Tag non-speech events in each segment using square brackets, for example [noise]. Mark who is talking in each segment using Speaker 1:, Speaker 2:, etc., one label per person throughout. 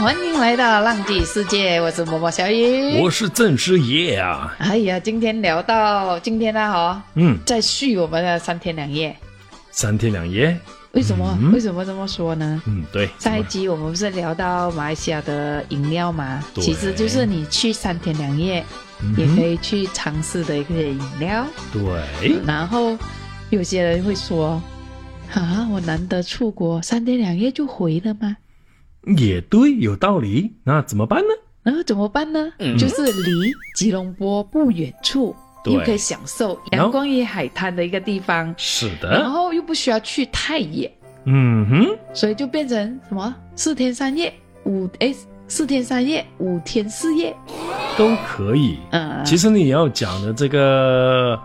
Speaker 1: 欢迎来到浪迹世界，我是嬷嬷小雨。
Speaker 2: 我是郑师爷啊，
Speaker 1: 哎呀，今天聊到今天呢、哈，
Speaker 2: 嗯，
Speaker 1: 再续我们的三天两夜。
Speaker 2: 三天两夜，
Speaker 1: 为什么？
Speaker 2: 嗯
Speaker 1: 为什么这么说呢？
Speaker 2: 嗯，对，
Speaker 1: 上一集我们不是聊到马来西亚的饮料嘛？
Speaker 2: 对
Speaker 1: 其实就是你去三天两夜、
Speaker 2: 嗯
Speaker 1: 也可
Speaker 2: 哼
Speaker 1: 以去尝试的一个饮料。
Speaker 2: 对，
Speaker 1: 然后有些人会说：“啊，我难得出国，三天两夜就回了吗？
Speaker 2: 也对，有道理。那怎么办呢？
Speaker 1: 然后怎么办呢？
Speaker 2: 嗯
Speaker 1: 就是离吉隆坡不远处，
Speaker 2: 对
Speaker 1: 又可以享受阳光与海滩的一个地方，
Speaker 2: 是
Speaker 1: 然
Speaker 2: 的，
Speaker 1: 后又不需要去太远，
Speaker 2: 嗯哼，
Speaker 1: 所以就变成什么四天三夜，五哎四天三夜，五天四夜，
Speaker 2: 都可以。
Speaker 1: 嗯，
Speaker 2: 其实你要讲的这个，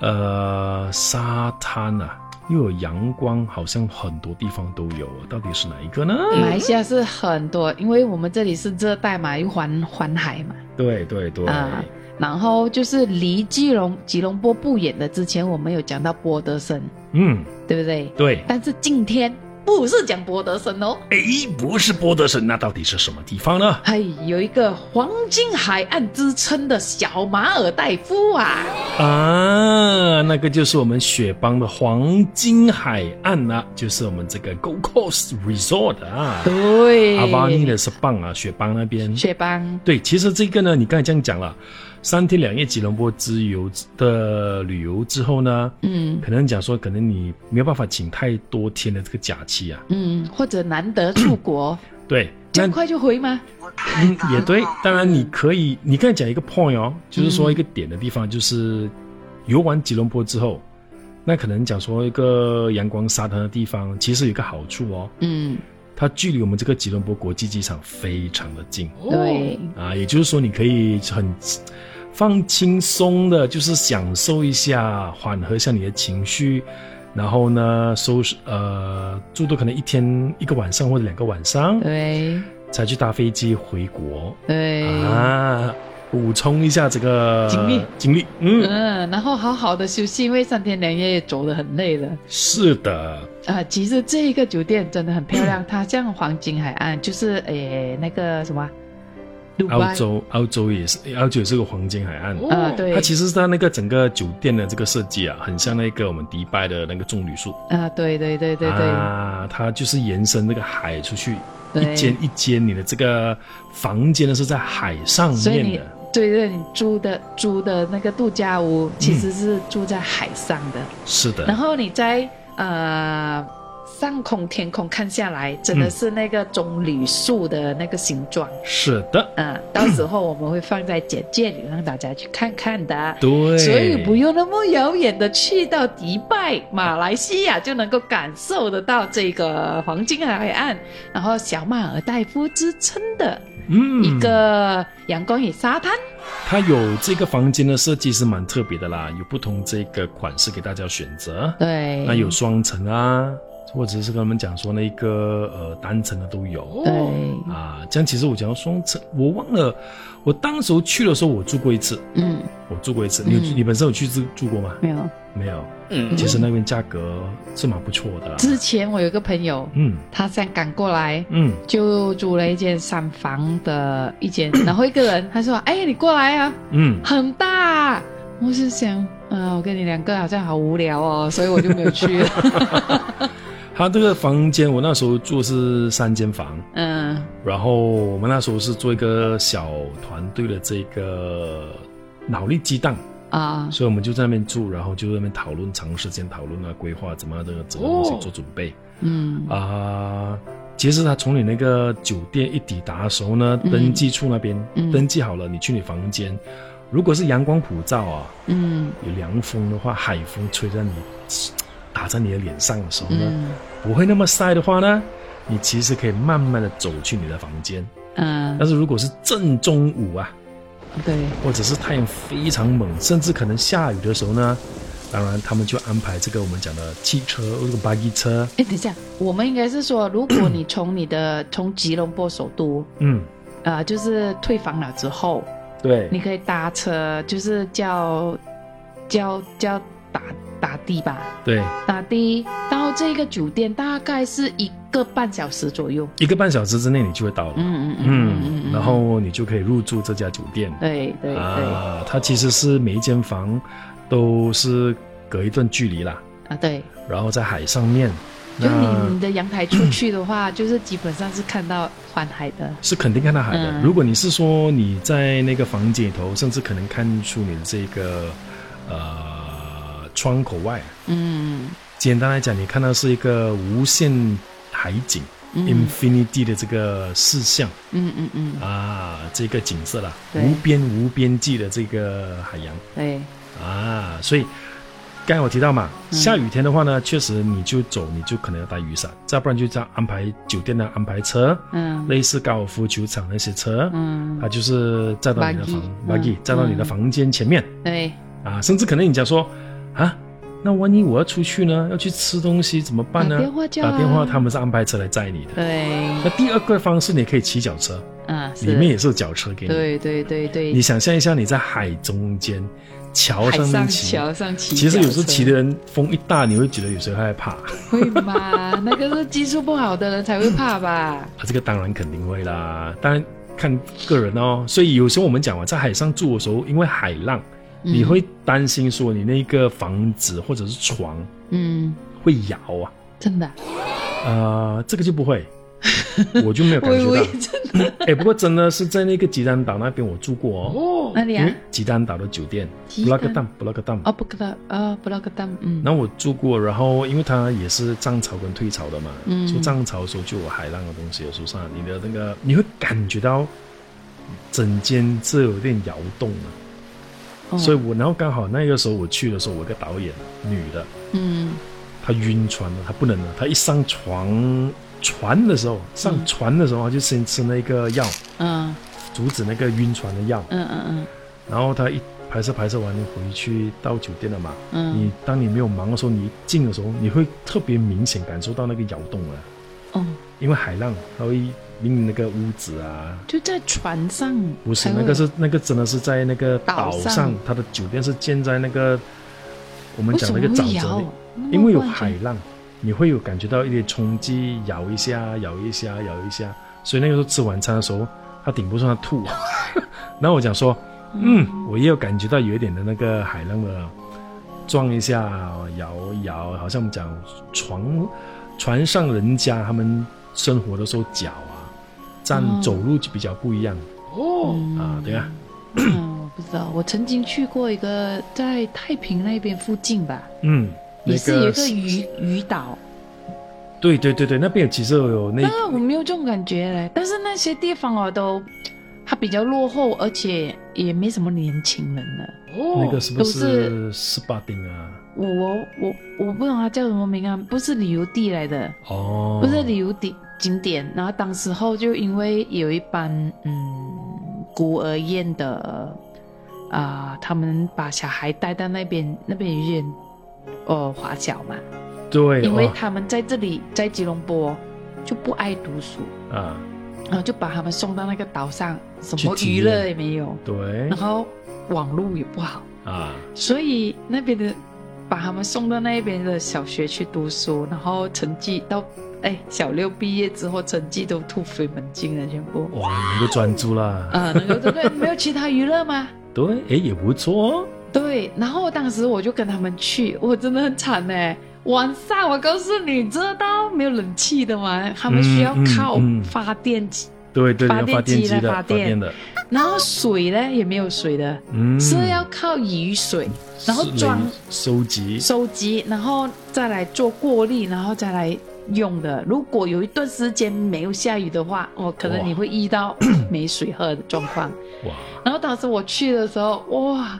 Speaker 2: 呃，沙滩啊，又有阳光，好像很多地方都有，到底是哪一个呢？
Speaker 1: 马来西亚是很多，因为我们这里是热带嘛，又环环海嘛，
Speaker 2: 对对对，
Speaker 1: 啊然后就是离吉隆吉隆坡不远的，之前我们有讲到波德森，
Speaker 2: 嗯，
Speaker 1: 对不对？
Speaker 2: 对。
Speaker 1: 但是今天不是讲波德森哦。
Speaker 2: 哎，不是波德省，那到底是什么地方呢？
Speaker 1: 哎，有一个黄金海岸之称的小马尔代夫啊，
Speaker 2: 啊，那个就是我们雪邦的黄金海岸啦、就是我们这个 Gold Coast Resort 啊，
Speaker 1: 对，
Speaker 2: 阿巴尼的是棒啊，雪邦那边。
Speaker 1: 雪邦，
Speaker 2: 对，其实这个呢，你刚才这样讲了，三天两夜吉隆坡之游的旅游之后呢，
Speaker 1: 嗯
Speaker 2: 可能讲说，可能你没有办法请太多天的这个假期啊，
Speaker 1: 嗯，或者难得出国，
Speaker 2: 对，
Speaker 1: [clears throat] 这
Speaker 2: 那
Speaker 1: 样快就回吗？
Speaker 2: 嗯， [laughs] 也对，当然你可以，你刚才讲一个 point 哦，就是说一个点的地方，就是游玩吉隆坡之后，那可能讲说一个阳光沙滩的地方，其实有一个好处哦，
Speaker 1: 嗯，
Speaker 2: 它距离我们这个吉隆坡国际机场非常的近
Speaker 1: 哦对，
Speaker 2: 啊，也就是说你可以很放轻松的，就是享受一下，缓和一下你的情绪。然后呢，收拾呃，最多可能一天一个晚上或者两个晚上，
Speaker 1: 对，
Speaker 2: 才去搭飞机回国。
Speaker 1: 对，
Speaker 2: 啊，补充一下这个
Speaker 1: 经历
Speaker 2: 经历，嗯，
Speaker 1: 嗯，然后好好的休息，因为三天两夜也走得很累了。
Speaker 2: 是的，
Speaker 1: 啊，其实这一个酒店真的很漂 [clears throat] 亮，它像黄金海岸，就是诶那个什么，杜
Speaker 2: 澳
Speaker 1: 拜，
Speaker 2: 洲澳洲也是，澳洲也是个黄金海岸。
Speaker 3: 哦
Speaker 1: 啊，对
Speaker 2: 它，其实是它那个整个酒店的这个设计啊，很像那个我们迪拜的那个棕榈树，
Speaker 1: 啊，对对对对对
Speaker 2: 啊，它就是延伸那个海出去，
Speaker 1: 对，
Speaker 2: 一间一间，你的这个房间呢是在海上
Speaker 1: 所以
Speaker 2: 面
Speaker 1: 你
Speaker 2: 的，
Speaker 1: 对对，你租的租的那个度假屋其实是住在海上的，
Speaker 2: 是的，
Speaker 1: 然后你在呃上空天空看下来，真的
Speaker 2: 嗯
Speaker 1: 是那个棕榈树的那个形状。
Speaker 2: 是的，
Speaker 1: 嗯、到时候我们会放在简介里让大家去看看的。
Speaker 2: 对，
Speaker 1: 所以不用那么遥远的去到迪拜、马来西亚就能够感受得到这个黄金海岸，然后小马尔代夫之称的
Speaker 2: 嗯
Speaker 1: 一个阳光与沙滩。
Speaker 2: 它有这个房间的设计是蛮特别的啦，有不同这个款式给大家选择。
Speaker 1: 对，
Speaker 2: 那有双层啊，或者是跟他们讲说那个呃单层的都有
Speaker 1: 对，
Speaker 2: 啊。这样其实我讲到双层，我忘了，我当时候去的时候我住过一次，
Speaker 1: 嗯，
Speaker 2: 我住过一次。你有
Speaker 1: 嗯
Speaker 2: 你本身有去住住过吗？
Speaker 1: 没有。
Speaker 2: 没有。
Speaker 3: 嗯
Speaker 2: 其实那边价格是蛮不错的啦。
Speaker 1: 之前我有个朋友，
Speaker 2: 嗯
Speaker 1: 他香港过来，
Speaker 2: 嗯
Speaker 1: 就租了一间三房的一间，然后一个人他说：“哎，你过来啊，
Speaker 2: 嗯，
Speaker 1: 很大啊。”我是想，呃，我跟你两个好像好无聊哦，所以我就没有 [laughs] 去。
Speaker 2: 它这个房间我那时候住是三间房，
Speaker 1: 嗯
Speaker 2: 然后我们那时候是做一个小团队的这个脑力激荡。
Speaker 1: 啊，
Speaker 2: 所以我们就在那边住，然后就在那边讨论，长时间讨论啊，规划怎么样的整个东西
Speaker 3: 哦
Speaker 2: 做准备
Speaker 1: 嗯
Speaker 2: 啊、其实他从你那个酒店一抵达的时候呢，
Speaker 1: 嗯
Speaker 2: 登记处那边、
Speaker 1: 嗯
Speaker 2: 登记好了，你去你房间。如果是阳光普照啊，
Speaker 1: 嗯
Speaker 2: 有凉风的话，海风吹在你打在你的脸上的时候呢，
Speaker 1: 嗯
Speaker 2: 不会那么晒的话呢，你其实可以慢慢的走去你的房间。
Speaker 1: 嗯，
Speaker 2: 但是如果是正中午啊，
Speaker 1: 对，
Speaker 2: 或者是太阳非常猛，甚至可能下雨的时候呢，当然他们就安排这个我们讲的汽车，这个 buggy 车，
Speaker 1: 哎，等一下，我们应该是说，如果你从你的从吉隆坡首都，
Speaker 2: 嗯，
Speaker 1: 呃，就是退房了之后，
Speaker 2: 对
Speaker 1: 你可以搭车，就是叫叫叫打打的吧，
Speaker 2: 对，
Speaker 1: 打的到这个酒店大概是一个半小时左右。
Speaker 2: 一个半小时之内你就会到了，
Speaker 1: 嗯嗯
Speaker 2: 嗯，然后你就可以入住这家酒店。
Speaker 1: 对对对
Speaker 2: 啊，它其实是每一间房都是隔一段距离啦，
Speaker 1: 啊对，
Speaker 2: 然后在海上面，
Speaker 1: 就
Speaker 2: 那
Speaker 1: 你你的阳台出去的话，就是基本上是看到环海的。
Speaker 2: 是肯定看到海的。
Speaker 1: 嗯
Speaker 2: 如果你是说你在那个房间里头，甚至可能看出你的这个呃窗口外，
Speaker 1: 嗯
Speaker 2: 简单来讲，你看到是一个无限海景、
Speaker 1: 嗯
Speaker 2: infinity 的这个视像
Speaker 1: 嗯嗯嗯，
Speaker 2: 啊，这个景色啦，
Speaker 1: 对
Speaker 2: 无边无边际的这个海洋。
Speaker 1: 对，
Speaker 2: 啊，所以刚才我提到嘛，
Speaker 1: 嗯
Speaker 2: 下雨天的话呢，确实你就走，你就可能要带雨伞，再不然就这样安排酒店的安排车，
Speaker 1: 嗯
Speaker 2: 类似高尔夫球场那些车，
Speaker 1: 嗯
Speaker 2: 它就是载到你的房
Speaker 1: Buggy，
Speaker 2: ，buggy
Speaker 1: 嗯
Speaker 2: 载到你的房间前面
Speaker 1: 对，
Speaker 2: 啊，甚至可能你讲说啊，那万一我要出去呢，要去吃东西怎么办呢？
Speaker 1: 打电话叫啊
Speaker 2: 打电话他们是安排车来载你的。
Speaker 1: 对
Speaker 2: 那第二个方式，你可以骑脚车，
Speaker 1: 啊是
Speaker 2: 里面也是有脚车给你。
Speaker 1: 对对对对，
Speaker 2: 你想象一下，你在海中间，桥
Speaker 1: 海
Speaker 2: 上面
Speaker 1: 上
Speaker 2: 骑，
Speaker 1: 桥上骑
Speaker 2: 其
Speaker 1: 脚车，
Speaker 2: 实有时候骑的人风一大，你会觉得有时候害怕啊。
Speaker 1: 会吗？ [laughs] 那个是技术不好的人才会怕吧？
Speaker 2: 这个当然肯定会啦，当然看个人哦。所以有时候我们讲啊，在海上住的时候，因为海浪，
Speaker 1: 嗯
Speaker 2: [laughs] 你会担心说你那个房子或者是床
Speaker 1: 嗯，
Speaker 2: 会摇啊。
Speaker 1: 真的啊，
Speaker 2: 呃，这个就不
Speaker 1: [laughs]
Speaker 2: 会，我就没有感觉
Speaker 1: 我
Speaker 2: 到
Speaker 1: 也。真的
Speaker 2: 哎，不过真的是在那个吉丹岛那边我住过哦，
Speaker 1: 哦，哪里
Speaker 2: 因
Speaker 1: 啊
Speaker 2: 为？吉丹岛的酒店
Speaker 1: 吉
Speaker 2: 布拉格
Speaker 1: 丹
Speaker 2: 丹布拉格丹。
Speaker 1: 哦，不知道，哦，不知道个蛋，嗯，
Speaker 2: 然后我住过，然后因为它也是涨潮跟退潮的嘛，
Speaker 1: 嗯
Speaker 2: 所以涨潮的时候就有海浪的东西的时候上，你的那个你会感觉到整间这有点摇动了、
Speaker 1: 哦
Speaker 2: 所以我然后刚好那个时候我去的时候，我一个导演女的，
Speaker 1: 嗯
Speaker 2: 她晕船了，她不能了，她一上床船的时候，上
Speaker 1: 嗯
Speaker 2: 船的时候她就先吃那个药，
Speaker 1: 嗯
Speaker 2: 阻止那个晕船的药，
Speaker 1: 嗯嗯
Speaker 2: 然后她一拍摄拍摄完回去到酒店了嘛，
Speaker 1: 嗯嗯，
Speaker 2: 你当你没有忙的时候，你一静的时候，你会特别明显感受到那个摇动了，
Speaker 1: 哦，
Speaker 2: 因为海浪它会令那个屋子啊，
Speaker 1: 就在船上，
Speaker 2: 不是那个是那个真的是在那个
Speaker 1: 岛
Speaker 2: 岛
Speaker 1: 上
Speaker 2: 上，它的酒店是建在那个我们
Speaker 1: 为
Speaker 2: 讲
Speaker 1: 什么
Speaker 2: 那个沼
Speaker 1: 会
Speaker 2: 泽
Speaker 1: 摇
Speaker 2: 里，？
Speaker 1: 那么
Speaker 2: 因为有
Speaker 1: 乱
Speaker 2: 海浪，你会有感觉到一点冲击，摇一下，摇一下，摇一下，所以那个时候吃晚餐的时候，他顶不住他吐，啊
Speaker 1: [laughs]
Speaker 2: 然后我讲说，嗯，我也有感觉到有一点的那个海浪的撞一下，摇一摇，好像我们讲床船上人家他们生活的时候脚啊站
Speaker 1: 哦
Speaker 2: 走路就比较不一样、
Speaker 1: 嗯
Speaker 2: 啊，对啊，
Speaker 1: 嗯，我不知道，我曾经去过一个在太平那边附近吧，
Speaker 2: 嗯，那
Speaker 1: 也是有一
Speaker 2: 个
Speaker 1: 个渔渔岛，
Speaker 2: 对对对对，那边有其实有那
Speaker 1: 啊，我没有这种感觉嘞。但是那些地方哦，都它比较落后，而且也没什么年轻人了。
Speaker 2: 那个是不
Speaker 1: 哦都是
Speaker 2: 是斯巴丁啊？
Speaker 1: 我我我不懂它叫什么名啊，不是旅游地来的，
Speaker 2: 哦，
Speaker 1: 不是旅游地景点。然后当时候就因为有一班嗯孤儿院的啊、他们把小孩带到那边，那边有点哦华侨嘛，
Speaker 2: 对，
Speaker 1: 因为
Speaker 2: 哦
Speaker 1: 他们在这里在吉隆坡就不爱读书，
Speaker 2: 啊，
Speaker 1: 然后就把他们送到那个岛上，什
Speaker 2: 去
Speaker 1: 么
Speaker 2: 体
Speaker 1: 娱
Speaker 2: 验
Speaker 1: 乐也没有，
Speaker 2: 对
Speaker 1: 然后网络也不好，
Speaker 2: 啊，
Speaker 1: 所以那边的把他们送到那边的小学去读书，然后成绩到哎小六毕业之后成绩都突飞猛进了，全部
Speaker 2: 哇，能够专注啦，
Speaker 1: 啊，能够对对，没有其他娱乐吗？
Speaker 2: 对，哎，也不错哦，
Speaker 1: 对，然后当时我就跟他们去，我真的很惨哎。晚上我告诉你，这道没有冷气的嘛，他们需要
Speaker 2: 嗯嗯
Speaker 1: 靠
Speaker 2: 嗯
Speaker 1: 发电机，
Speaker 2: 对对，
Speaker 1: 发
Speaker 2: 要
Speaker 1: 电
Speaker 2: 发电
Speaker 1: 机
Speaker 2: 机
Speaker 1: 来
Speaker 2: 的，
Speaker 1: 发
Speaker 2: 发
Speaker 1: 电
Speaker 2: 电的，
Speaker 1: 然后水呢也没有水的，
Speaker 2: 嗯，
Speaker 1: 是要靠雨水，然后
Speaker 2: 是
Speaker 1: 装
Speaker 2: 累收集，
Speaker 1: 收集，然后再来做过滤，然后再来用的。如果有一段时间没有下雨的话，我可能
Speaker 2: 哇
Speaker 1: 你会遇到 [coughs] 没水喝的状况。
Speaker 2: 哇，
Speaker 1: 然后当时我去的时候，哇，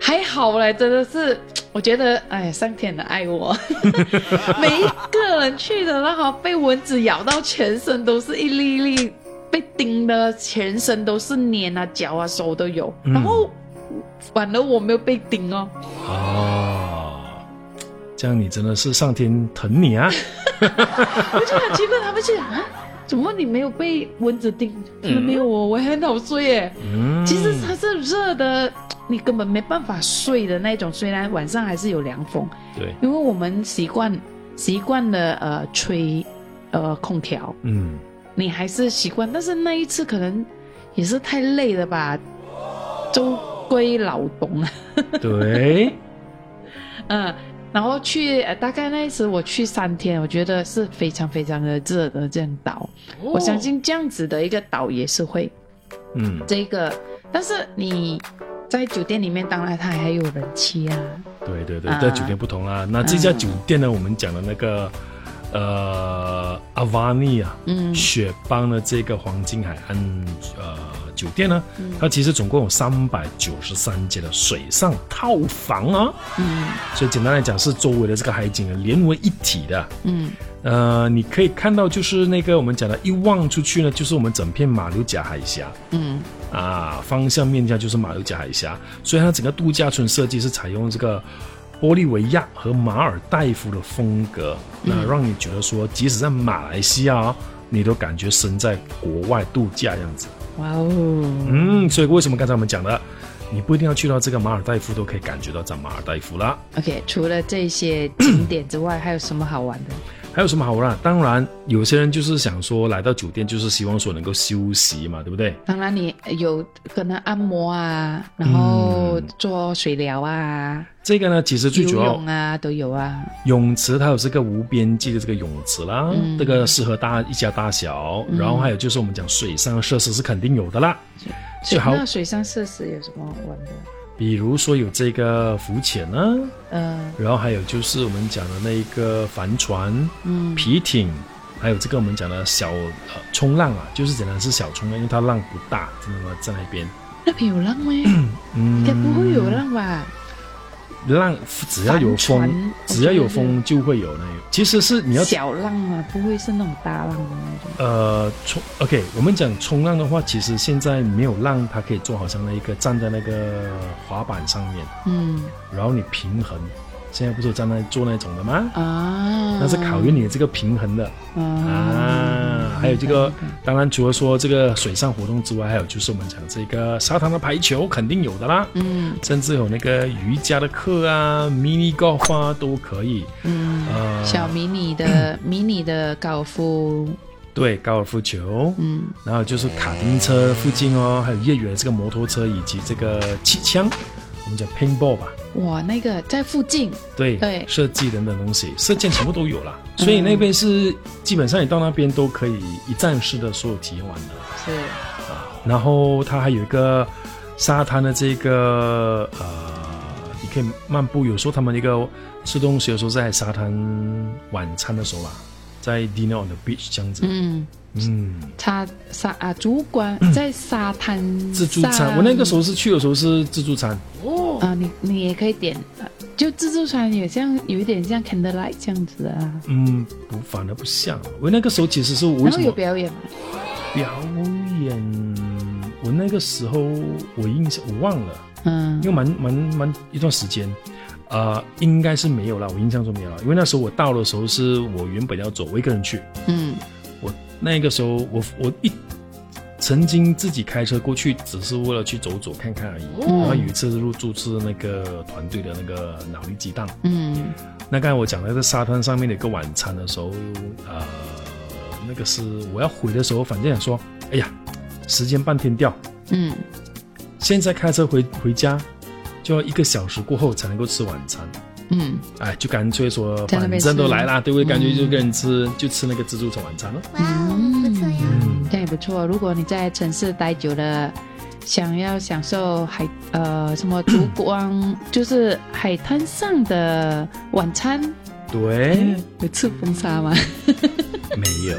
Speaker 1: 还好嘞，真的是，我觉得哎，上天的爱
Speaker 2: [laughs]
Speaker 1: 我，每一个人去的，然后被蚊子咬到，全身都是一粒一粒，被叮的，全身都是黏啊，脚啊，手都有。
Speaker 2: 嗯
Speaker 1: 然后反而我没有被叮哦，
Speaker 2: 啊，这样你真的是上天疼你啊，
Speaker 1: 我就很奇怪，他们去啊，怎么你没有被蚊子叮？真的没有哦，我还很好睡耶。
Speaker 2: 嗯，
Speaker 1: [laughs] 其实它是热的，你根本没办法睡的那种。虽然晚上还是有凉风，
Speaker 2: 对，
Speaker 1: 因为我们习惯习惯了呃吹呃空调，
Speaker 2: 嗯，
Speaker 1: 你还是习惯。但是那一次可能也是太累了吧，都归老懂了。 [laughs]
Speaker 2: 对，
Speaker 1: 嗯，然后去、呃、大概那一次我去三天，我觉得是非常非常的热的这样岛。我相信这样子的一个岛也是会
Speaker 2: 嗯，
Speaker 1: 这个，但是你在酒店里面，当然它还有人气啊。
Speaker 2: 对对对，
Speaker 1: 啊
Speaker 2: 这酒店不同啦。那这家酒店呢，我们讲的那个呃阿瓦尼啊，
Speaker 1: 嗯
Speaker 2: 雪邦的这个黄金海岸呃酒店呢，
Speaker 1: 嗯
Speaker 2: 它其实总共有三百九十三间的水上套房啊，
Speaker 1: 嗯
Speaker 2: 所以简单来讲是周围的这个海景啊连为一体的。
Speaker 1: 嗯
Speaker 2: 呃，你可以看到，就是那个我们讲的，一望出去呢，就是我们整片马六甲海峡
Speaker 1: 嗯
Speaker 2: 啊，方向面向就是马六甲海峡，所以它整个度假村设计是采用这个玻利维亚和马尔代夫的风格，那让你觉得说，即使在马来西亚、哦，你都感觉身在国外度假样子。
Speaker 1: 哇哦，
Speaker 2: 嗯，所以为什么刚才我们讲的，你不一定要去到这个马尔代夫，都可以感觉到在马尔代夫啦。
Speaker 1: OK，除了这些景点之外，还有什么好玩
Speaker 2: [coughs]
Speaker 1: 的？
Speaker 2: 还有什么好玩啊？当然，有些人就是想说来到酒店就是希望说能够休息嘛，对不对？
Speaker 1: 当然，你有可能按摩啊，然后
Speaker 2: 嗯
Speaker 1: 做水疗啊、
Speaker 2: 这个呢，其实嗯最
Speaker 1: 游
Speaker 2: 主要
Speaker 1: 泳啊都有啊。
Speaker 2: 泳池它有这个无边际的这个泳池啦，
Speaker 1: 嗯
Speaker 2: 这个适合大一家大小。
Speaker 1: 嗯
Speaker 2: 然后还有就是我们讲水上设施是肯定有的啦，
Speaker 1: 水
Speaker 2: 好
Speaker 1: 那水上设施有什么玩的？
Speaker 2: 比如说有这个浮潜呢，
Speaker 1: 呃，
Speaker 2: 然后还有就是我们讲的那一个帆船、
Speaker 1: 嗯
Speaker 2: 皮艇，还有这个我们讲的小呃冲浪啊，就是简单是小冲浪，因为它浪不大，真的吗？在那边，
Speaker 1: 那边有浪吗？
Speaker 2: [coughs] 嗯
Speaker 1: 应该不会有浪吧？
Speaker 2: 浪只要有
Speaker 1: 帆
Speaker 2: 风
Speaker 1: 船，
Speaker 2: 只要有
Speaker 1: 我觉
Speaker 2: 风就会有那个。其实是你要
Speaker 1: 小浪啊，不会是那种大浪的那种。
Speaker 2: 呃冲，OK，我们讲冲浪的话，其实现在没有浪，它可以做好像那一个站在那个滑板上面，
Speaker 1: 嗯
Speaker 2: 然后你平衡。现在不是有站在做那种的吗？
Speaker 1: 啊，
Speaker 2: 那是考验你这个平衡的
Speaker 1: 啊
Speaker 2: 啊。还有这个，当然除了说这个水上活动之外，还有就是我们讲这个沙滩的排球肯定有的啦，
Speaker 1: 嗯
Speaker 2: 甚至有那个瑜伽的课啊、mini golf 啊都可以。
Speaker 1: 嗯，
Speaker 2: 呃，
Speaker 1: 小迷你
Speaker 2: [coughs]
Speaker 1: 的迷你的高尔夫，
Speaker 2: 对，高尔夫球，
Speaker 1: 嗯
Speaker 2: 然后就是卡丁车附近哦，还有业余的这个摩托车以及这个气枪，我们讲 paintball 吧，
Speaker 1: 哇，那个在附近，
Speaker 2: 对，
Speaker 1: 对
Speaker 2: 设计等等东西，射箭全部都有啦。所以那边是基本上你到那边都可以一站式的所有体验完的啦
Speaker 1: 是
Speaker 2: 啊。然后它还有一个沙滩的这个呃，你可以漫步，有时候他们那个吃东西，有时候在沙滩晚餐的时候啦，啊在 dinner on the beach 这样子，
Speaker 1: 嗯。
Speaker 2: 嗯
Speaker 1: 他沙啊，主管在沙滩
Speaker 2: 自助餐，
Speaker 1: 上
Speaker 2: 我那个时候是去的时候是自助餐，
Speaker 1: 啊、你你也可以点，呃就自助餐也像有一点像 candlelight 这样子的啊。
Speaker 2: 嗯，不，反而不像。我那个时候其实是我为
Speaker 1: 然
Speaker 2: 什
Speaker 1: 后
Speaker 2: 么
Speaker 1: 有表演嘛，
Speaker 2: 表演，我那个时候我印象我忘了，
Speaker 1: 嗯
Speaker 2: 因为蛮蛮蛮一段时间，呃，应该是没有了，我印象中没有了，因为那时候我到的时候是我原本要走，我一个人去，
Speaker 1: 嗯
Speaker 2: 我那个时候我我一曾经自己开车过去，只是为了去走走看看而已。然后有一次入住吃那个团队的那个脑力激荡。
Speaker 1: 嗯
Speaker 2: 那刚才我讲的在沙滩上面的一个晚餐的时候，呃，那个是我要回的时候，反正想说，哎呀，时间半天掉，
Speaker 1: 嗯，
Speaker 2: 现在开车回回家就要一个小时过后才能够吃晚餐，
Speaker 1: 嗯，
Speaker 2: 哎，就干脆说
Speaker 1: 在那
Speaker 2: 反
Speaker 1: 边
Speaker 2: 正都
Speaker 1: 吃
Speaker 2: 来啦，对不对？干脆
Speaker 1: 嗯
Speaker 2: 就跟人吃，就吃那个自助餐晚餐了。
Speaker 3: 哇哦，不错呀！
Speaker 2: 嗯
Speaker 1: 这样也不错。啊如果你在城市待久了，想要享受海呃什么烛光， [coughs] 就是海滩上的晚餐，哎
Speaker 2: 对，
Speaker 1: 有吃风沙吗？
Speaker 2: 没有。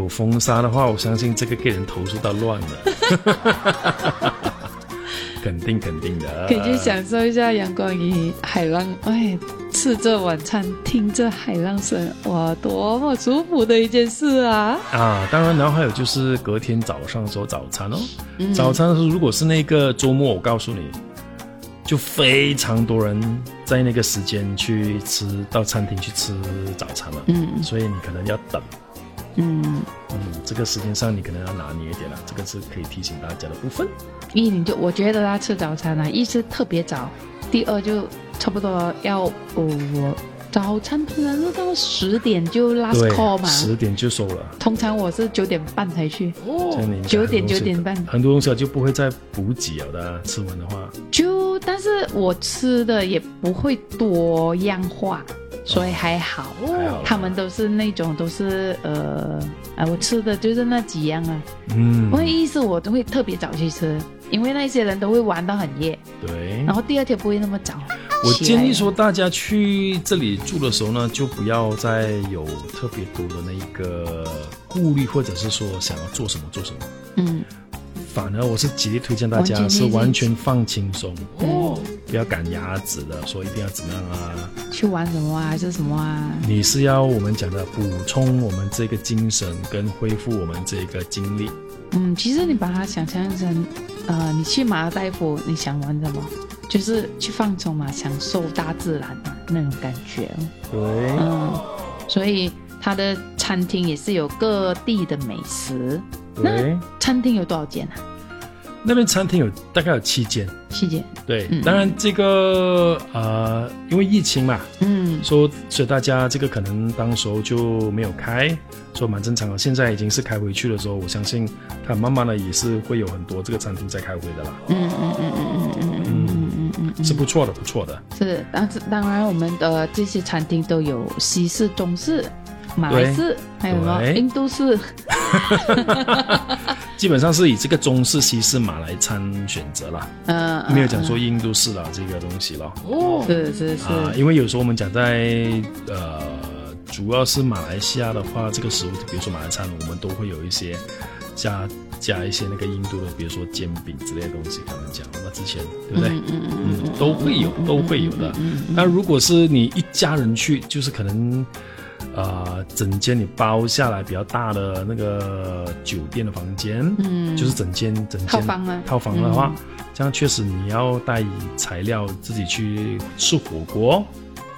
Speaker 2: 有风沙的话，我相信这个给人投诉到乱了， [laughs] 肯定肯定的。
Speaker 1: 可以去享受一下阳光与海浪，哎，吃着晚餐，听着海浪声，哇，多么舒服的一件事啊！
Speaker 2: 啊，当然，然后还有就是隔天早上的时候早餐哦，
Speaker 1: 嗯
Speaker 2: 早餐的时候如果是那个周末，我告诉你，就非常多人在那个时间去吃到餐厅去吃早餐了，
Speaker 1: 嗯
Speaker 2: 所以你可能要等，
Speaker 1: 嗯，
Speaker 2: 嗯，这个时间上你可能要拿捏一点了、这个是可以提醒大家的部分。
Speaker 1: 一你就我觉得他吃早餐啊，一是特别早，第二就差不多要哦，我早餐通常是到十点就 last
Speaker 2: 对
Speaker 1: call，嘛，
Speaker 2: 十点就收了。
Speaker 1: 通常我是九点半才去，
Speaker 2: 这样你应该
Speaker 1: 九
Speaker 2: 很
Speaker 1: 点
Speaker 2: 多
Speaker 1: 九
Speaker 2: 时
Speaker 1: 点半
Speaker 2: 很多东西啊就不会再补给了的啊。吃完的话，
Speaker 1: 就但是我吃的也不会多样化，所以还好。
Speaker 2: 还好啦
Speaker 1: 他们都是那种都是呃啊，我吃的就是那几样啊。
Speaker 2: 嗯
Speaker 1: 因，为一是我都会特别早去吃，因为那些人都会玩到很夜，
Speaker 2: 对
Speaker 1: 然。后第二天不会那么早。
Speaker 2: 嗯我建议，说，大家去这里住的时候呢，就不要再有特别多的那一个顾虑，或者是说想要做什么做什么。
Speaker 1: 嗯，
Speaker 2: 反而我是极力推荐大家
Speaker 1: 完全
Speaker 2: 是
Speaker 1: 理解
Speaker 2: 完全放轻松
Speaker 1: 哦，
Speaker 2: 不要赶鸭子的，说一定要怎么样啊？
Speaker 1: 去玩什么啊，还是什么啊？
Speaker 2: 你是要我们讲的补充我们这个精神跟恢复我们这个精力，
Speaker 1: 嗯，其实你把它想象成，呃，你去马尔代夫，你想玩什么？就是去放松嘛，享受大自然嘛，那种感觉。
Speaker 2: 对，
Speaker 1: 嗯，所以它的餐厅也是有各地的美食。
Speaker 2: 对
Speaker 1: 那餐厅有多少间啊？
Speaker 2: 那边餐厅有大概有七间，
Speaker 1: 七间。
Speaker 2: 对，
Speaker 1: 嗯
Speaker 2: 当然这个呃，因为疫情嘛，
Speaker 1: 嗯
Speaker 2: 说所以大家这个可能当时候就没有开，说蛮正常的。现在已经是开回去的时候，我相信它慢慢的也是会有很多这个餐厅在开回的啦，
Speaker 1: 嗯嗯嗯嗯嗯嗯嗯嗯嗯嗯嗯，
Speaker 2: 是不错的，不错的。
Speaker 1: 是，但是当然我们的呃这些餐厅都有西式、中式、马来式，还有什么
Speaker 2: 对
Speaker 1: 印度式。
Speaker 2: 基本上是以这个中式、西式、马来餐选择啦，
Speaker 1: 嗯、呃，
Speaker 2: 没有讲说印度式啦这个东西咯。哦，
Speaker 1: 是是是，
Speaker 2: 啊，因为有时候我们讲在呃，主要是马来西亚的话，这个食物，比如说马来餐，我们都会有一些加加一些那个印度的，比如说煎饼之类的东西，可能讲那之前对不对？
Speaker 1: 嗯嗯嗯
Speaker 2: 嗯，都会有，都会有的。那如果是你一家人去，就是可能，呃，整间你包下来比较大的那个酒店的房间，
Speaker 1: 嗯
Speaker 2: 就是整间整间
Speaker 1: 套房啊
Speaker 2: 套房的话，这样确实你要带材料自己去吃火锅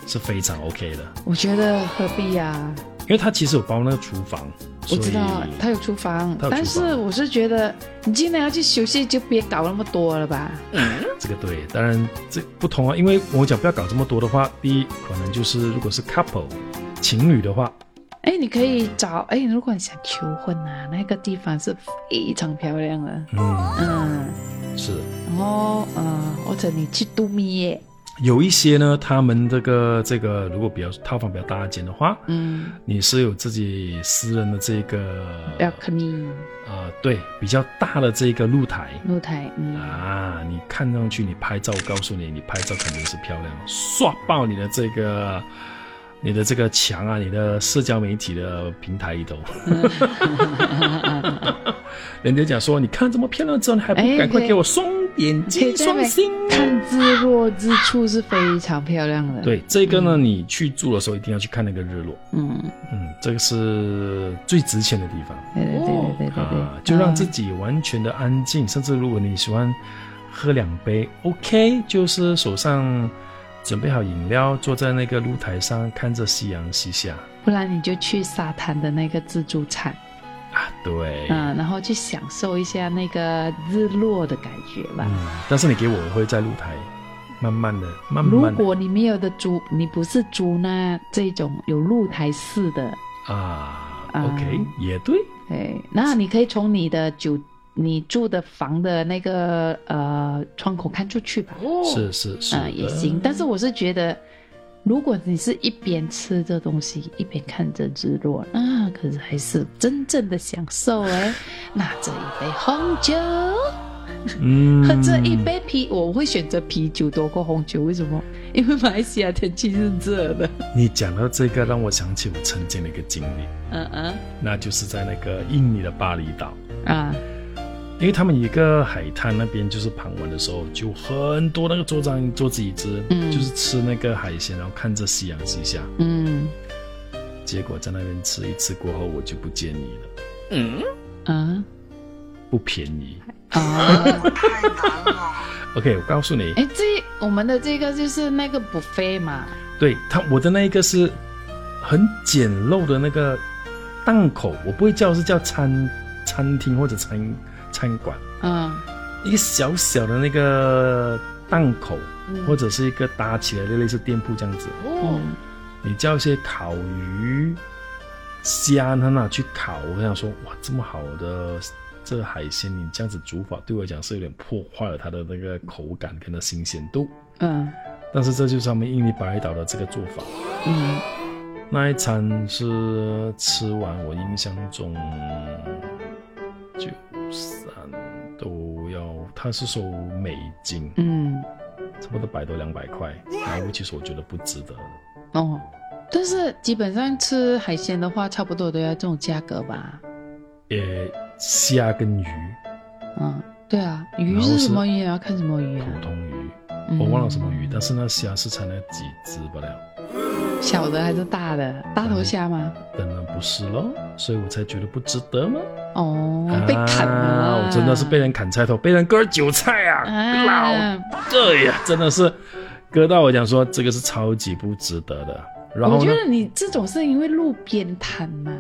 Speaker 2: 是非常 OK 的，
Speaker 1: 我觉得何必呀、
Speaker 2: 因为它其实有包那个厨房，
Speaker 1: 我
Speaker 2: 所
Speaker 1: 知
Speaker 2: 以
Speaker 1: 道他有厨房，
Speaker 2: 它有厨房
Speaker 1: 但是我是觉得你既然要去休息，就别搞那么多了吧。
Speaker 2: 这个对，当然这不同啊，因为我讲不要搞这么多的话，第一可能就是如果是 couple 情侣的话，
Speaker 1: 哎，你可以找哎，如果你想求婚啊，那个地方是非常漂亮的，
Speaker 2: 嗯，
Speaker 1: 嗯，
Speaker 2: 是。
Speaker 1: 然后呃，或者你去度蜜月，
Speaker 2: 有一些呢，他们这个这个如果比较套房比较大一间的话，
Speaker 1: 嗯，
Speaker 2: 你是有自己私人的这个
Speaker 1: balcony
Speaker 2: 呃，对，比较大的这个露台
Speaker 1: 露台，嗯，
Speaker 2: 啊，你看上去你拍照，我告诉你，你拍照肯定是漂亮，刷爆你的这个你的这个墙啊，你的社交媒体的平台
Speaker 1: [laughs]
Speaker 2: 里头，人家讲说你看这么漂亮的照，你还不
Speaker 1: 哎
Speaker 2: 赶快
Speaker 1: 对
Speaker 2: 给我送点
Speaker 1: 可以
Speaker 2: 击
Speaker 1: 在那
Speaker 2: 送星？
Speaker 1: 看日落之处是非常漂亮的，，
Speaker 2: 对，这个呢，你去住的时候一定要去看那个日落。
Speaker 1: 嗯，
Speaker 2: 嗯，这个是最值钱的地方
Speaker 1: 对对对对对对嗯
Speaker 2: 啊
Speaker 1: 对，，
Speaker 2: 就让自
Speaker 1: 嗯
Speaker 2: 己完全的安静。甚至如果你喜欢喝两杯，OK，就是手上准备好饮料，坐在那个露台上看着夕阳西下
Speaker 1: 嗯不然你就去沙滩的那个自助餐，
Speaker 2: 啊，对，
Speaker 1: 嗯，然后去享受一下那个日落的感觉吧。
Speaker 2: 嗯，但是你给我，我会在露台慢慢的、慢
Speaker 1: 如
Speaker 2: 慢的
Speaker 1: 果你没有的租，你不是租那这种有露台式的，
Speaker 2: 啊
Speaker 1: 啊
Speaker 2: ，OK，也对，
Speaker 1: 哎，那你可以从你的酒你住的房的那个呃窗口看出去吧，
Speaker 2: 是是是
Speaker 1: 啊、也
Speaker 2: 的
Speaker 1: 行。但是我是觉得，如果你是一边吃这东西一边看着日落，那可是还是真正的享受
Speaker 2: [laughs]
Speaker 1: 哎。拿着一杯红酒，
Speaker 2: 嗯，
Speaker 1: 喝着一杯啤，我会选择啤酒多过红酒，为什么？因为马来西亚天气是热的。
Speaker 2: 你讲到这个，让我想起我曾经的一个经历，
Speaker 1: 嗯嗯
Speaker 2: 那就是在那个印尼的巴厘岛。
Speaker 1: 啊，
Speaker 2: 因为他们一个海滩那边就是旁玩的时候，就很多那个桌张桌子椅子，
Speaker 1: 嗯
Speaker 2: 就是吃那个海鲜，然后看着夕阳西下。
Speaker 1: 嗯
Speaker 2: 结果在那边吃一次过后，我就不建议了，
Speaker 1: 啊
Speaker 2: 不便宜。
Speaker 1: 啊！
Speaker 2: [laughs] OK，我告诉你，
Speaker 1: 哎，这我们的这个就是那个 buffet 嘛，
Speaker 2: 对他我的那一个是很简陋的那个档口，我不会叫是叫餐餐厅或者餐餐馆，
Speaker 1: 嗯
Speaker 2: 一个小小的那个档口，
Speaker 3: 嗯
Speaker 2: 或者是一个搭起来的类似店铺这样子。
Speaker 3: 哦
Speaker 1: 嗯，
Speaker 2: 你叫一些烤鱼、虾，他那去烤，我跟他说，哇，这么好的这个海鲜，你这样子煮法对我来讲是有点破坏了它的那个口感跟它新鲜度。
Speaker 1: 嗯
Speaker 2: 但是这就是他们印尼白岛的这个做法。
Speaker 1: 嗯
Speaker 2: 那一餐是吃完，我印象中九三都要，他是收美金，
Speaker 1: 嗯，
Speaker 2: 差不多百多两百块。然后其实我觉得不值得，
Speaker 1: 哦，但是基本上吃海鲜的话，差不多都要这种价格吧？
Speaker 2: 也虾跟鱼，
Speaker 1: 嗯，对啊，鱼
Speaker 2: 然后
Speaker 1: 是
Speaker 2: 是
Speaker 1: 什么鱼啊？看什么鱼啊？
Speaker 2: 普通鱼，
Speaker 1: 嗯
Speaker 2: 我忘了什么鱼，但是那虾是才那几只不了，
Speaker 1: 小的还是大的？大头虾吗？
Speaker 2: 当然不是咯，所以我才觉得不值得嘛。
Speaker 1: 哦，被砍了啊、
Speaker 2: 啊！我真的是 [laughs] 被人砍菜头，被人割韭菜啊！
Speaker 1: 啊
Speaker 2: 老对呀，真的是割到我讲说这个是超级不值得的。然
Speaker 1: 我
Speaker 2: 后
Speaker 1: 觉
Speaker 2: 呢，
Speaker 1: 得你这种是因为路边摊嘛，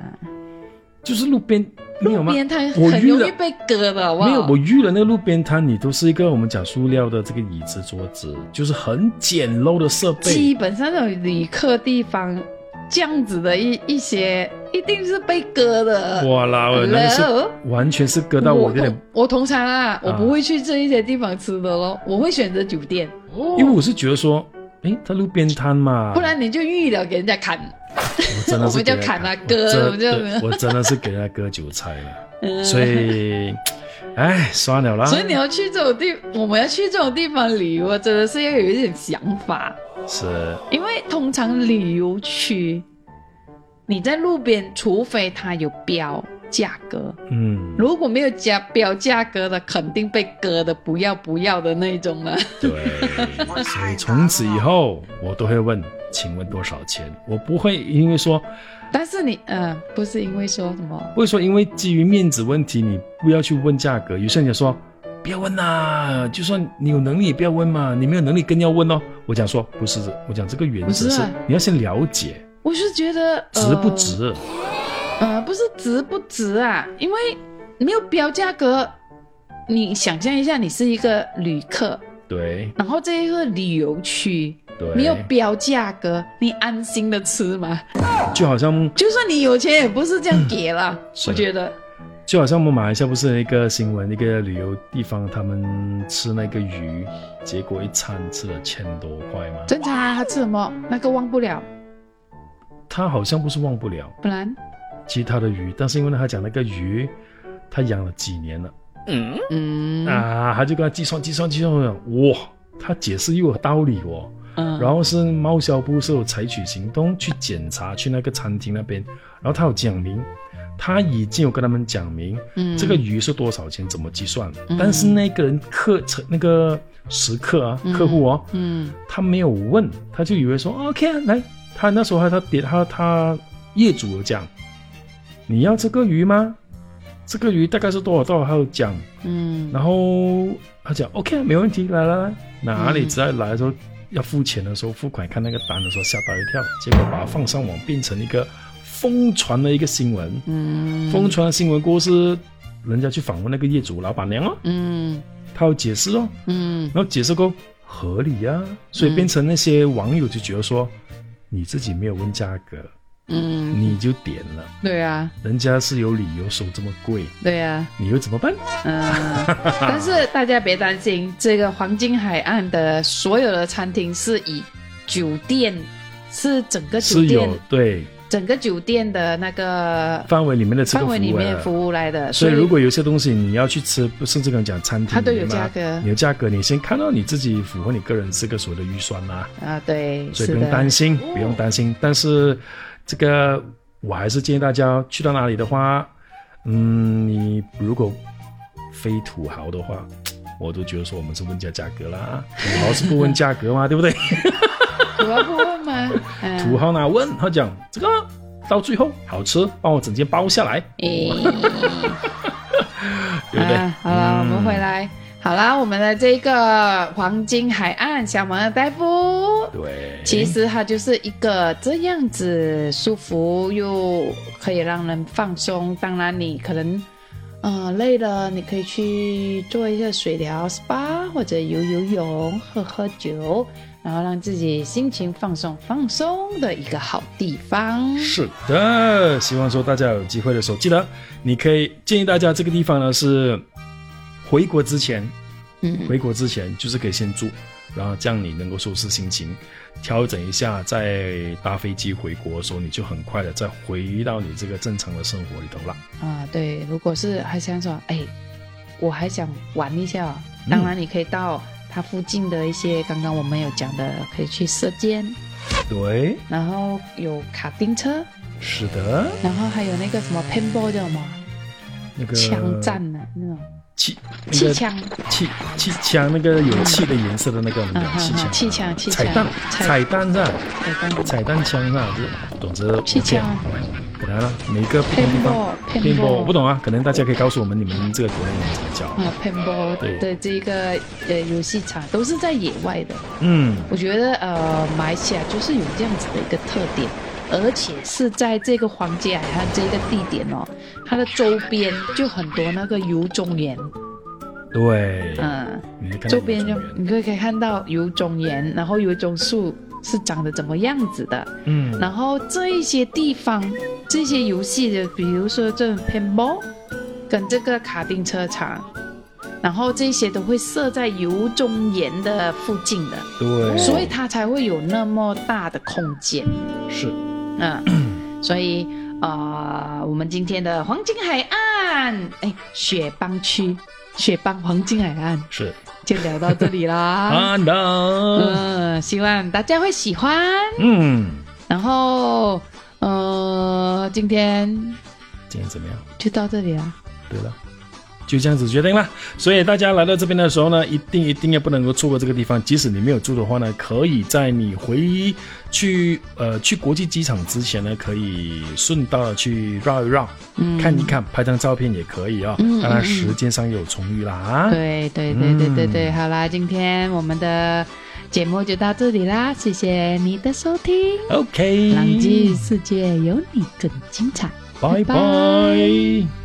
Speaker 2: 就是路边，你有
Speaker 1: 路
Speaker 2: 吗？
Speaker 1: 边哦摊
Speaker 2: 我
Speaker 1: 很
Speaker 2: 遇
Speaker 1: 容
Speaker 2: 了
Speaker 1: 易被割的，好不好？
Speaker 2: 没有，我遇了那个路边摊，你都是一个我们讲塑料的这个椅子、桌子，就是很简陋的设
Speaker 1: 基
Speaker 2: 备。
Speaker 1: 本上那种旅客地方这样子的一一些，一定是被割的。
Speaker 2: 哇啦，我那个是
Speaker 1: Hello？
Speaker 2: 完全是割到我有点
Speaker 1: 通，我通常啊，我
Speaker 2: 啊
Speaker 1: 不会去这一些地方吃的咯，我会选择酒店，
Speaker 2: 因为我是觉得说，诶，他路边摊嘛，
Speaker 1: 哦不然你就预了给人家砍。
Speaker 2: 我真的是
Speaker 1: [laughs] 我们就
Speaker 2: 给他
Speaker 1: 砍了
Speaker 2: 我
Speaker 1: 割
Speaker 2: 真
Speaker 1: 我们就
Speaker 2: 对我真的是给他割韭菜了。
Speaker 1: [laughs] 嗯
Speaker 2: 所以，哎，算了啦。
Speaker 1: 所以你要去这种地，我们要去这种地方旅游，真的是要有一点想法，
Speaker 2: 是
Speaker 1: 因为通常旅游区，你在路边，除非它有标价格，
Speaker 2: 嗯，
Speaker 1: 如果没有加标价格的，肯定被割的不要不要的那一种了。
Speaker 2: 对。所以从此以后，我都会问，请问多少钱？我不会因为说，
Speaker 1: [laughs] 但是你，呃，不是因为说什么，
Speaker 2: 不会说因为基于面子问题，你不要去问价格。有些人就说。不要问啦，就算你有能力也不要问嘛，你没有能力更要问哦。我讲说不是，我讲这个原则
Speaker 1: 不是
Speaker 2: 是
Speaker 1: 啊
Speaker 2: 你要先了解
Speaker 1: 我是觉得、呃、
Speaker 2: 值不？值，
Speaker 1: 呃，不是值不值啊，因为没有标价格。你想象一下，你是一个旅客，
Speaker 2: 对
Speaker 1: 然后这一个旅游区
Speaker 2: 对，
Speaker 1: 没有标价格，你安心的吃嘛？
Speaker 2: 就好像
Speaker 1: 就算你有钱，也不是这样给啦。
Speaker 2: [laughs] 是
Speaker 1: 我觉得，
Speaker 2: 就好像我们马来西亚不是有一个新闻，一个旅游地方，他们吃那个鱼，结果一餐吃了千多块吗？
Speaker 1: 正常啊，他吃什么那个忘不了，
Speaker 2: 他好像不是忘不了
Speaker 1: 不然，
Speaker 2: 其他的鱼，但是因为他讲那个鱼，他养了几年了、
Speaker 1: 嗯
Speaker 2: 啊，他就跟他计算计算计算，哇，他解释又有道理哦。
Speaker 1: 嗯，
Speaker 2: 然后是猫消部是有采取行动去检查，去那个餐厅那边，然后他有讲明，他已经有跟他们讲明，
Speaker 1: 嗯
Speaker 2: 这个鱼是多少钱，怎么计算。
Speaker 1: 嗯
Speaker 2: 但是那个人客那个食客啊，客户哦，
Speaker 1: 嗯
Speaker 2: 他没有问，他就以为说、哦 OK 啊，来，他那时候还他点他他业主有讲，你要这个鱼吗？这个鱼大概是多少多少？他有讲，
Speaker 1: 嗯，
Speaker 2: 然后他讲 OK 啊，没问题，来来来，哪里
Speaker 1: 嗯
Speaker 2: 只要来的时候要付钱的时候，付款看那个单的时候吓到一跳，结果把它放上网变成一个疯传的一个新闻，
Speaker 1: 嗯
Speaker 2: 疯传的新闻过后是人家去访问那个业主老板娘哦，
Speaker 1: 嗯
Speaker 2: 她有解释哦，
Speaker 1: 嗯
Speaker 2: 然后解释过后合理呀、所以变成那些网友就觉得说你自己没有问价格，
Speaker 1: 嗯，
Speaker 2: 你就点了，
Speaker 1: 对啊
Speaker 2: 人家是有理由收这么贵，
Speaker 1: 对啊，
Speaker 2: 你又怎么办？
Speaker 1: 嗯， [laughs] 但是大家别担心，这个黄金海岸的所有的餐厅是以酒店是整个酒
Speaker 2: 是
Speaker 1: 店
Speaker 2: 有对
Speaker 1: 整个酒店的那个
Speaker 2: 范围里面的这
Speaker 1: 范
Speaker 2: 个服务
Speaker 1: 围里面
Speaker 2: 啊
Speaker 1: 服务来的，
Speaker 2: 所以
Speaker 1: 以
Speaker 2: 如果有些东西你要去吃，不甚至跟我讲餐厅，
Speaker 1: 它都有
Speaker 2: 你嘛
Speaker 1: 价格
Speaker 2: 你有价格，你先看到你自己符合你个人这个所谓的预算啦、
Speaker 1: 啊对，
Speaker 2: 所以
Speaker 1: 是
Speaker 2: 不用
Speaker 1: 的，
Speaker 2: 担心，不用担心。但是这个我还是建议大家去到哪里的话，嗯，你如果非土豪的话，我都觉得说我们是问价价格啦，土豪是不问价
Speaker 1: [laughs]
Speaker 2: 格嘛，对不对？
Speaker 1: 土豪不问吗？ [laughs] 嗯
Speaker 2: 土豪哪问？他讲这个到最后好吃，帮我整件包下来，
Speaker 1: 诶
Speaker 2: 对不对？
Speaker 1: 啊啊好
Speaker 2: 嗯
Speaker 1: 了，我们回来。好啦，我们的这个黄金海岸小马尔代夫，
Speaker 2: 对，
Speaker 1: 其实它就是一个这样子舒服又可以让人放松。当然，你可能呃累了，你可以去做一下水疗 SPA 或者游游泳、喝喝酒，然后让自己心情放松放松的一个好地方。
Speaker 2: 是的，希望说大家有机会的时候，记得你可以建议大家这个地方呢是回国之前，
Speaker 1: 嗯，
Speaker 2: 回国之前就是可以先住，然后这样你能够收拾心情，调整一下，再搭飞机回国的时候，你就很快的再回到你这个正常的生活里头了。
Speaker 1: 啊，对，如果是还想说，哎，我还想玩一下哦，
Speaker 2: 嗯
Speaker 1: 当然你可以到它附近的一些，刚刚我们有讲的，可以去射箭，
Speaker 2: 对，
Speaker 1: 然后有卡丁车，
Speaker 2: 是的，
Speaker 1: 然后还有那个什么 pinball 叫什么
Speaker 2: 那个
Speaker 1: 枪战呢、那种
Speaker 2: 气那
Speaker 1: 气
Speaker 2: 个
Speaker 1: 枪，
Speaker 2: 气气枪那个有气的颜色的那个我们
Speaker 1: 嗯
Speaker 2: 讲气
Speaker 1: 哼哼，
Speaker 2: 枪。
Speaker 1: 气枪，气枪
Speaker 2: 彩，蛋，
Speaker 1: 彩
Speaker 2: 彩蛋是吧？
Speaker 1: 彩弹
Speaker 2: 彩弹枪是吧？就总之，
Speaker 1: 气枪
Speaker 2: 不然了，每个不同地方
Speaker 1: ，pinball，
Speaker 2: 拼搏，我不
Speaker 1: 懂
Speaker 2: 懂啊，可能大家可以告诉我们你们这个国内人怎么叫。
Speaker 1: 啊，pinball
Speaker 2: 对
Speaker 1: 的这个呃游戏场都是在野外的，
Speaker 2: 嗯，
Speaker 1: 我觉得呃，马来西亚就是有这样子的一个特点，而且是在这个黄金海岸这个地点哦，它的周边就很多那个游中岩，
Speaker 2: 对，
Speaker 1: 嗯，
Speaker 2: 你看到
Speaker 1: 周边就
Speaker 2: 有中原
Speaker 1: 你可以可以看到游中岩，然后游中树是长得怎么样子的，
Speaker 2: 嗯，
Speaker 1: 然后这一些地方这些游戏的，比如说这种 pinball 跟这个卡丁车场。然后这些都会设在游中岩的附近的，
Speaker 2: 对，
Speaker 1: 所以它才会有那么大的空间。
Speaker 2: 是 [clears throat]
Speaker 1: 嗯，所以呃，我们今天的黄金海岸，哎，雪邦区，雪邦黄金海岸
Speaker 2: 是，
Speaker 1: 就聊到这里啦。
Speaker 2: [laughs] 啊的，
Speaker 1: 嗯，希望大家会喜欢。
Speaker 2: 嗯，
Speaker 1: 然后呃，今天
Speaker 2: 今天怎么样？
Speaker 1: 就到这里啊啦。
Speaker 2: 对了。就这样子决定了，所以大家来到这边的时候呢，一定一定也不能够错过这个地方。即使你没有住的话呢，可以在你回去呃去国际机场之前呢，可以顺道的去绕一绕，
Speaker 1: 嗯，
Speaker 2: 看一看，拍张照片也可以啊、
Speaker 1: 嗯
Speaker 2: 当然
Speaker 1: 嗯嗯
Speaker 2: 时间上也有充裕啦啊。
Speaker 1: 对对对对对对，
Speaker 2: 嗯
Speaker 1: 好啦，今天我们的节目就到这里啦，谢谢你的收听。
Speaker 2: OK，
Speaker 1: 浪迹世界有你更精彩。
Speaker 2: 拜
Speaker 1: 拜
Speaker 2: 拜。